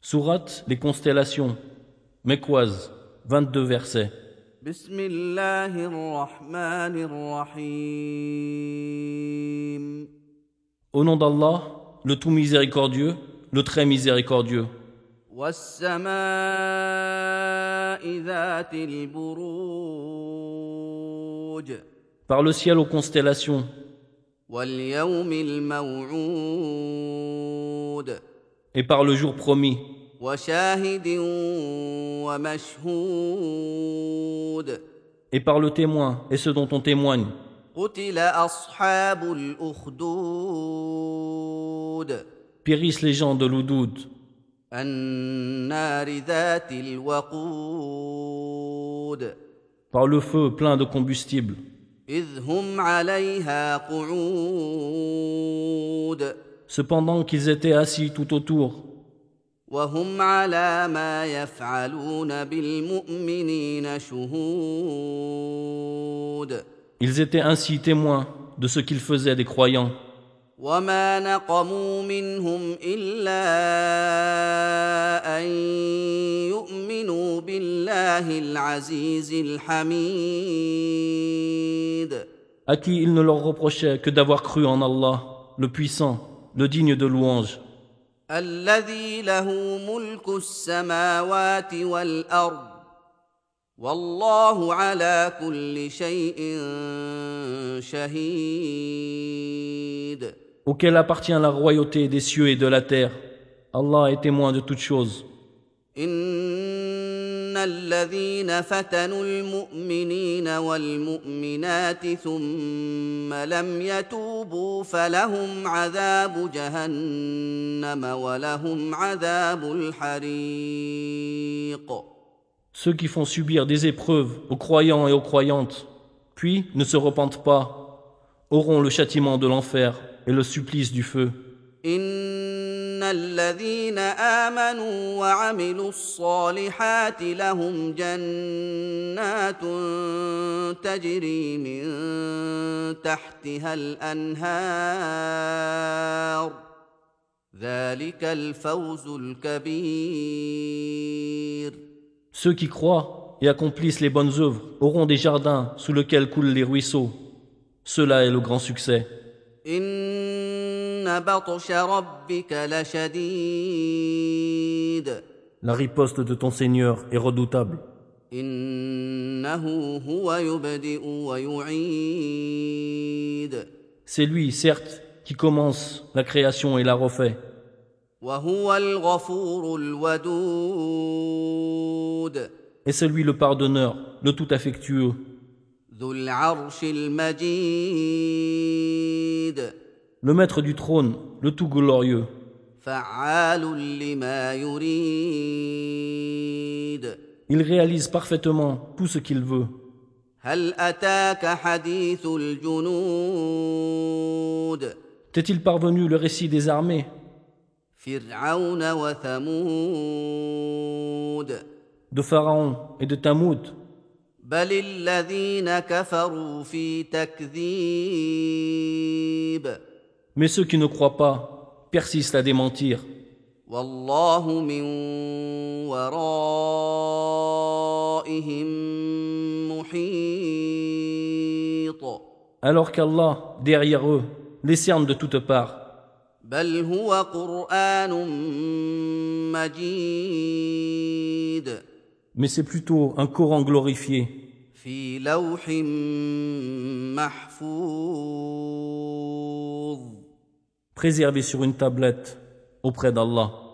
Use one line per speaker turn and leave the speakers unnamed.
Sourate des constellations, Mekwaz, 22 versets.
بسم الله الرحمن الرحيم
Au nom d'Allah, le tout miséricordieux, le très miséricordieux,
والسماء ذات البروج
par le ciel aux constellations,
واليوم الموعود
et par le jour promis,
وشاهد ومشهود
et par le témoin, et ce dont on témoigne,
قتل اصحاب الاخدود
périssent les gens de l'Oudoud,
النار ذات الوقود
par le feu plein de combustible,
اذ هم عليها قعود
cependant qu'ils étaient assis tout autour,
وهم على ما يفعلون بالمؤمنين شهود
ils étaient ainsi témoins de ce qu'ils faisaient des croyants,
وما نقموا منهم الا ان يؤمنوا بالله العزيز الحميد
à qui ils ne leur reprochaient que d'avoir cru en Allah, le puissant, le digne de louange,
الذي له ملك السماوات والارض والله على كل شيء شهيد
auquel appartient la royauté des cieux et de la terre. Allah est témoin de toutes choses.
ان الذين فتنوا المؤمنين والمؤمنات ثم لم يتوبوا فلهم عذاب جهنم ولهم عذاب الحريق
ceux qui font subir des épreuves aux croyants et aux croyantes, puis ne se repentent pas, auront le châtiment de l'enfer et le supplice du feu.
ان الذين امنوا وعملوا الصالحات لهم جنات تجري من تحتها الانهار ذلك الفوز الكبير
Ceux qui croient et accomplissent les bonnes œuvres auront des jardins sous lesquels coulent les ruisseaux. Cela est le grand succès.
ان بطش ربك لشديد
La riposte de ton Seigneur est redoutable.
انه هو يبدئ ويعيد
C'est lui, certes, qui commence la création et la refait.
وهو الغفور الودود
Et c'est lui le pardonneur, le tout affectueux,
ذو العرش المجيد
le maître du trône, le tout glorieux,
فعال لما يريد
Il réalise parfaitement tout ce qu'il veut.
هل اتاك حديث الجنود
T'est-il parvenu le récit des armées
فرعون وثمود
de Pharaon et de Tamoud
بل الذين كفروا في تكذيب
Mais ceux qui ne croient pas persistent à démentir.
والله من ورائهم محيط
Alors qu'Allah, derrière eux, les cerne de toutes parts.
بل هو قران مجيد
Mais c'est plutôt un Coran glorifié,
في لوح محفوظ
préservé sur une tablette auprès d'Allah.